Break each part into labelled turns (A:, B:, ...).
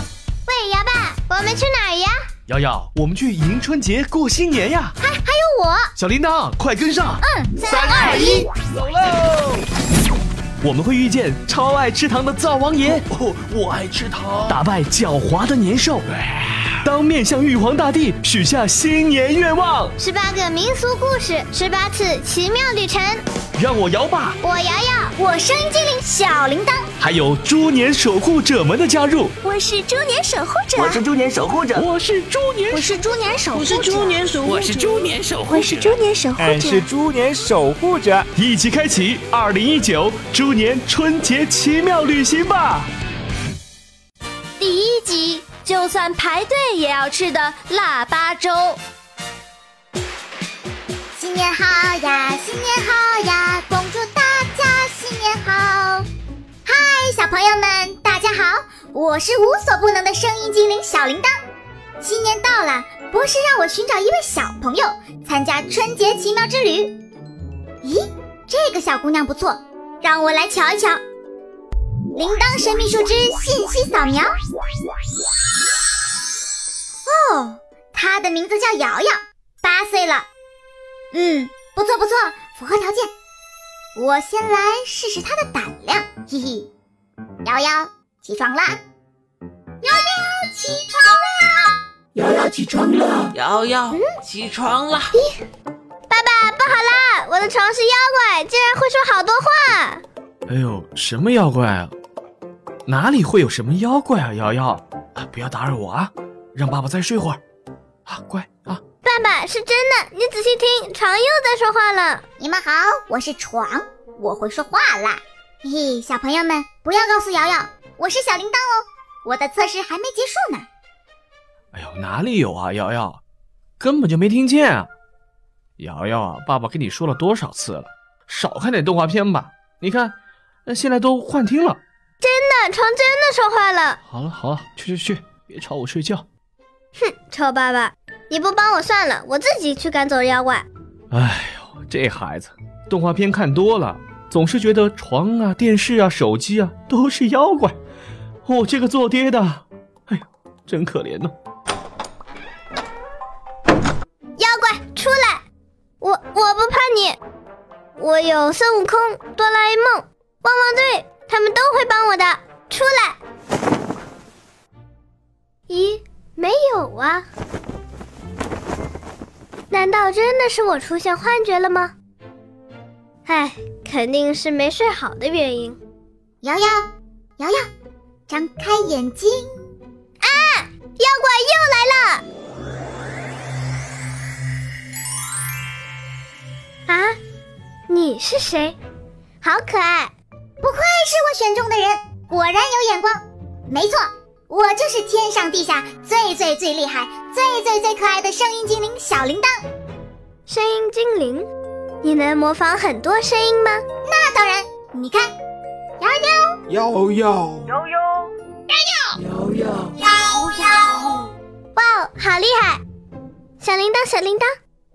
A: 儿呀，爸，我们去哪儿呀？
B: 瑶瑶，我们去迎春节过新年呀！
A: 还还有我，
B: 小铃铛，快跟上！
A: 嗯，三二一，
B: 走喽！我们会遇见超爱吃糖的灶王爷，
C: 哦，我爱吃糖。
B: 打败狡猾的年兽，当面向玉皇大帝许下新年愿望。
A: 十八个民俗故事，十八次奇妙旅程。
B: 让我摇吧！
A: 我瑶瑶，
D: 我声音精灵小铃铛，
B: 还有猪年守护者们的加入，
D: 我是猪年守护者，
C: 我是猪年守护者，
B: 我是猪年
D: 我是猪年守护者，
E: 我是猪年守护者，
F: 我是猪年守护者，
D: 我是猪年守护者，
G: 俺哎是猪年守护者，
B: 一起开启二零一九猪年春节奇妙旅行吧！
D: 第一集，就算排队也要吃的腊八粥。
A: 新年好呀，新年好呀，恭祝大家新年好！嗨，小朋友们，大家好，我是无所不能的声音精灵小铃铛。新年到了，博士让我寻找一位小朋友参加春节奇妙之旅。咦，这个小姑娘不错，让我来瞧一瞧。铃铛神秘树枝信息扫描。哦，她的名字叫瑶瑶，八岁了。嗯，不错不错，符合条件。我先来试试他的胆量，嘿嘿。瑶瑶，起床啦！瑶瑶，起床啦！
C: 瑶瑶起床了，
F: 瑶瑶、起床了，
A: 爸爸，不好啦，我的床是妖怪，竟然会说好多话。
B: 哎呦，什么妖怪啊？哪里会有什么妖怪啊？瑶瑶啊，不要打扰我啊，让爸爸再睡会儿啊，乖啊。
H: 爸爸是真的，你仔细听，床又在说话了。
A: 你们好，我是床，我会说话啦。嘿嘿，小朋友们不要告诉瑶瑶，我是小铃铛哦，我的测试还没结束呢。
B: 哎呦，哪里有啊，瑶瑶，根本就没听见啊！瑶瑶啊，爸爸跟你说了多少次了，少看点动画片吧。你看，那现在都幻听了。
H: 真的，床真的说话了。
B: 好了好了，去去去，别吵我睡觉。
H: 哼，臭爸爸，你不帮我算了，我自己去赶走妖怪。
B: 哎呦，这孩子动画片看多了，总是觉得床啊、电视啊、手机啊都是妖怪。我、这个做爹的，哎呦，真可怜呢、
H: 妖怪出来！我我不怕你，我有孙悟空、哆啦 A 梦、汪汪队，他们都会帮我的。出来！咦，没有啊？难道真的是我出现幻觉了吗？唉，肯定是没睡好的原因。
A: 瑶瑶，瑶瑶，张开眼睛，啊
H: 妖怪又来了！啊，你是谁？好可爱！
A: 不愧是我选中的人，果然有眼光。没错，我就是天上地下最最最厉害、最最最可爱的声音精灵小铃铛。
H: 声音精灵，你能模仿很多声音吗？
A: 那当然，你看，瑶瑶，
C: 瑶瑶，
A: 瑶瑶，瑶瑶，
H: 哇哦，好厉害！小铃铛，小铃铛，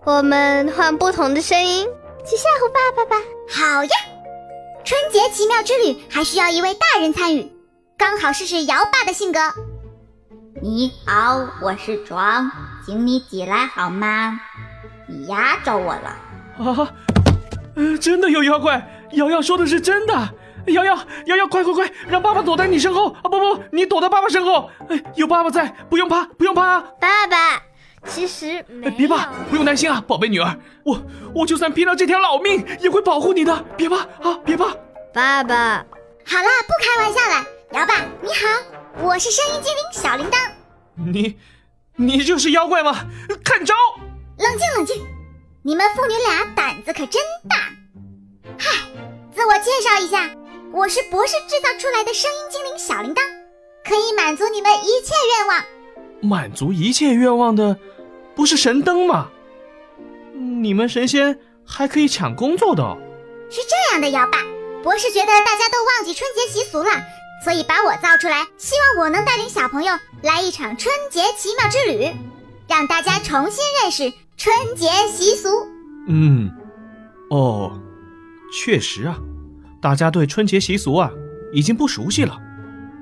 H: 我们换不同的声音去吓唬爸爸吧。
A: 好呀！春节奇妙之旅还需要一位大人参与，刚好试试姚爸的性格。你好，我是床，请你起来好吗？你压着我了。
B: 啊，呃，真的有妖怪！瑶瑶说的是真的。瑶瑶，瑶瑶，快快快，让爸爸躲在你身后啊！不不，你躲到爸爸身后。哎，有爸爸在，不用怕，不用怕啊！
H: 爸爸，其实没
B: 哎，
H: 有。
B: 别怕，不用担心啊，宝贝女儿，我我就算拼了这条老命，也会保护你的，别怕啊，别怕。
H: 爸爸，
A: 好啦，不开玩笑了。姚爸，你好，我是声音精灵小铃铛。
B: 你，你就是妖怪吗？看招！
A: 冷静冷静，你们父女俩胆子可真大。嗨，自我介绍一下，我是博士制造出来的声音精灵小铃铛，可以满足你们一切愿望。
B: 满足一切愿望的，不是神灯吗？你们神仙还可以抢工作的哦、
A: 是这样的，姚爸，博士觉得大家都忘记春节习俗了，所以把我造出来，希望我能带领小朋友来一场春节奇妙之旅，让大家重新认识春节习俗。
B: 嗯，哦，确实啊，大家对春节习俗啊已经不熟悉了。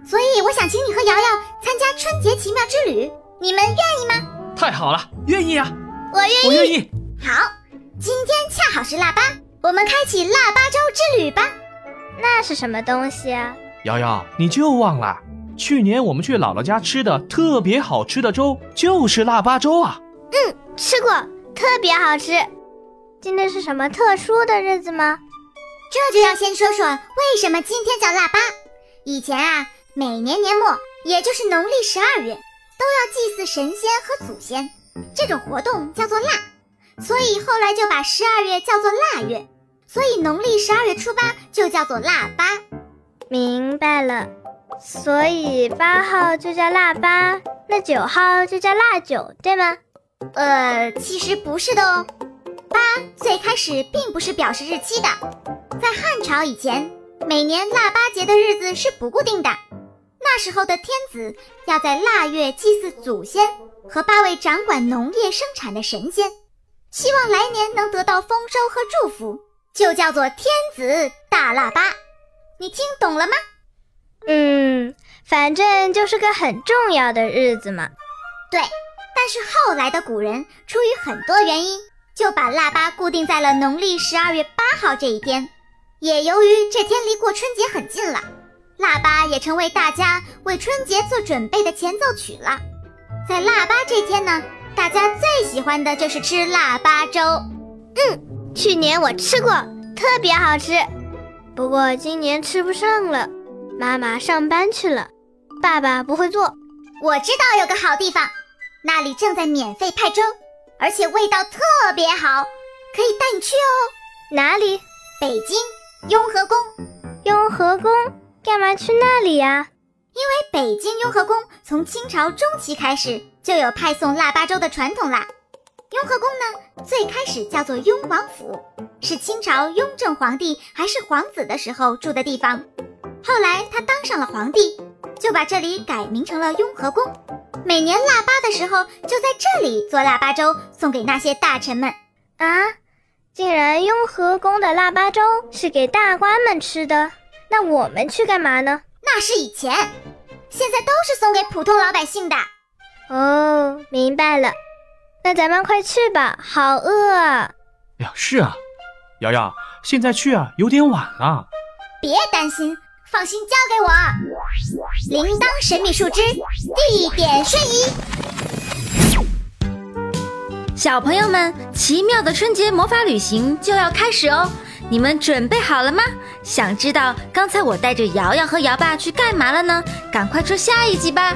A: 所以我想请你和瑶瑶参加春春节奇妙之旅，你们愿意吗？
B: 太好了，愿意啊，
A: 我愿
B: 我愿意。
A: 好，今天恰好是腊八，我们开启腊八粥之旅吧。
H: 那是什么东西啊？
B: 瑶瑶，你就忘了去年我们去姥姥家吃的特别好吃的粥就是腊八粥啊！
H: 吃过，特别好吃。今天是什么特殊的日子吗？
A: 这就要先说说为什么今天叫腊八。以前啊，每年年末，也就是农历十二月，都要祭祀神仙和祖先，这种活动叫做腊，所以后来就把十二月叫做腊月，所以农历十二月初八就叫做腊八。
H: 明白了，所以八号就叫腊八，那九号就叫腊九，对吗？
A: 呃，其实不是的哦。八最开始并不是表示日期的，在汉朝以前，每年腊八节的日子是不固定的。那时候的天子要在腊月祭祀祖先和八位掌管农业生产的神仙，希望来年能得到丰收和祝福，就叫做天子大腊八。你听懂了吗？
H: 嗯，反正就是个很重要的日子嘛。
A: 对，但是后来的古人出于很多原因，就把腊八固定在了农历十二月八号这一天。也由于这天离过春节很近了，腊八也成为大家为春节做准备的前奏曲了。在腊八这天呢，大家最喜欢的就是吃腊八粥。
H: 去年我吃过，特别好吃，不过今年吃不上了，妈妈上班去了，爸爸不会做。
A: 我知道有个好地方，那里正在免费派粥，而且味道特别好，可以带你去哦。
H: 哪里？
A: 北京雍和宫。
H: 雍和宫？干嘛去那里呀、
A: 北京雍和宫从清朝中期开始就有派送腊八粥的传统啦。雍和宫呢，最开始叫做雍王府，是清朝雍正皇帝还是皇子的时候住的地方。后来他当上了皇帝，就把这里改名成了雍和宫。每年腊八的时候，就在这里做腊八粥送给那些大臣们。
H: 啊，竟然雍和宫的腊八粥是给大官们吃的，那我们去干嘛呢？
A: 那是以前，现在都是送给普通老百姓的。
H: 哦，明白了，那咱们快去吧，好饿啊！
B: 哎呀，是啊，瑶瑶，现在去啊有点晚了。
A: 别担心，放心交给我。铃铛神秘树枝，地点瞬移。
D: 小朋友们，奇妙的春节魔法旅行就要开始哦！你们准备好了吗？想知道刚才我带着瑶瑶和瑶爸去干嘛了呢？赶快追下一集吧！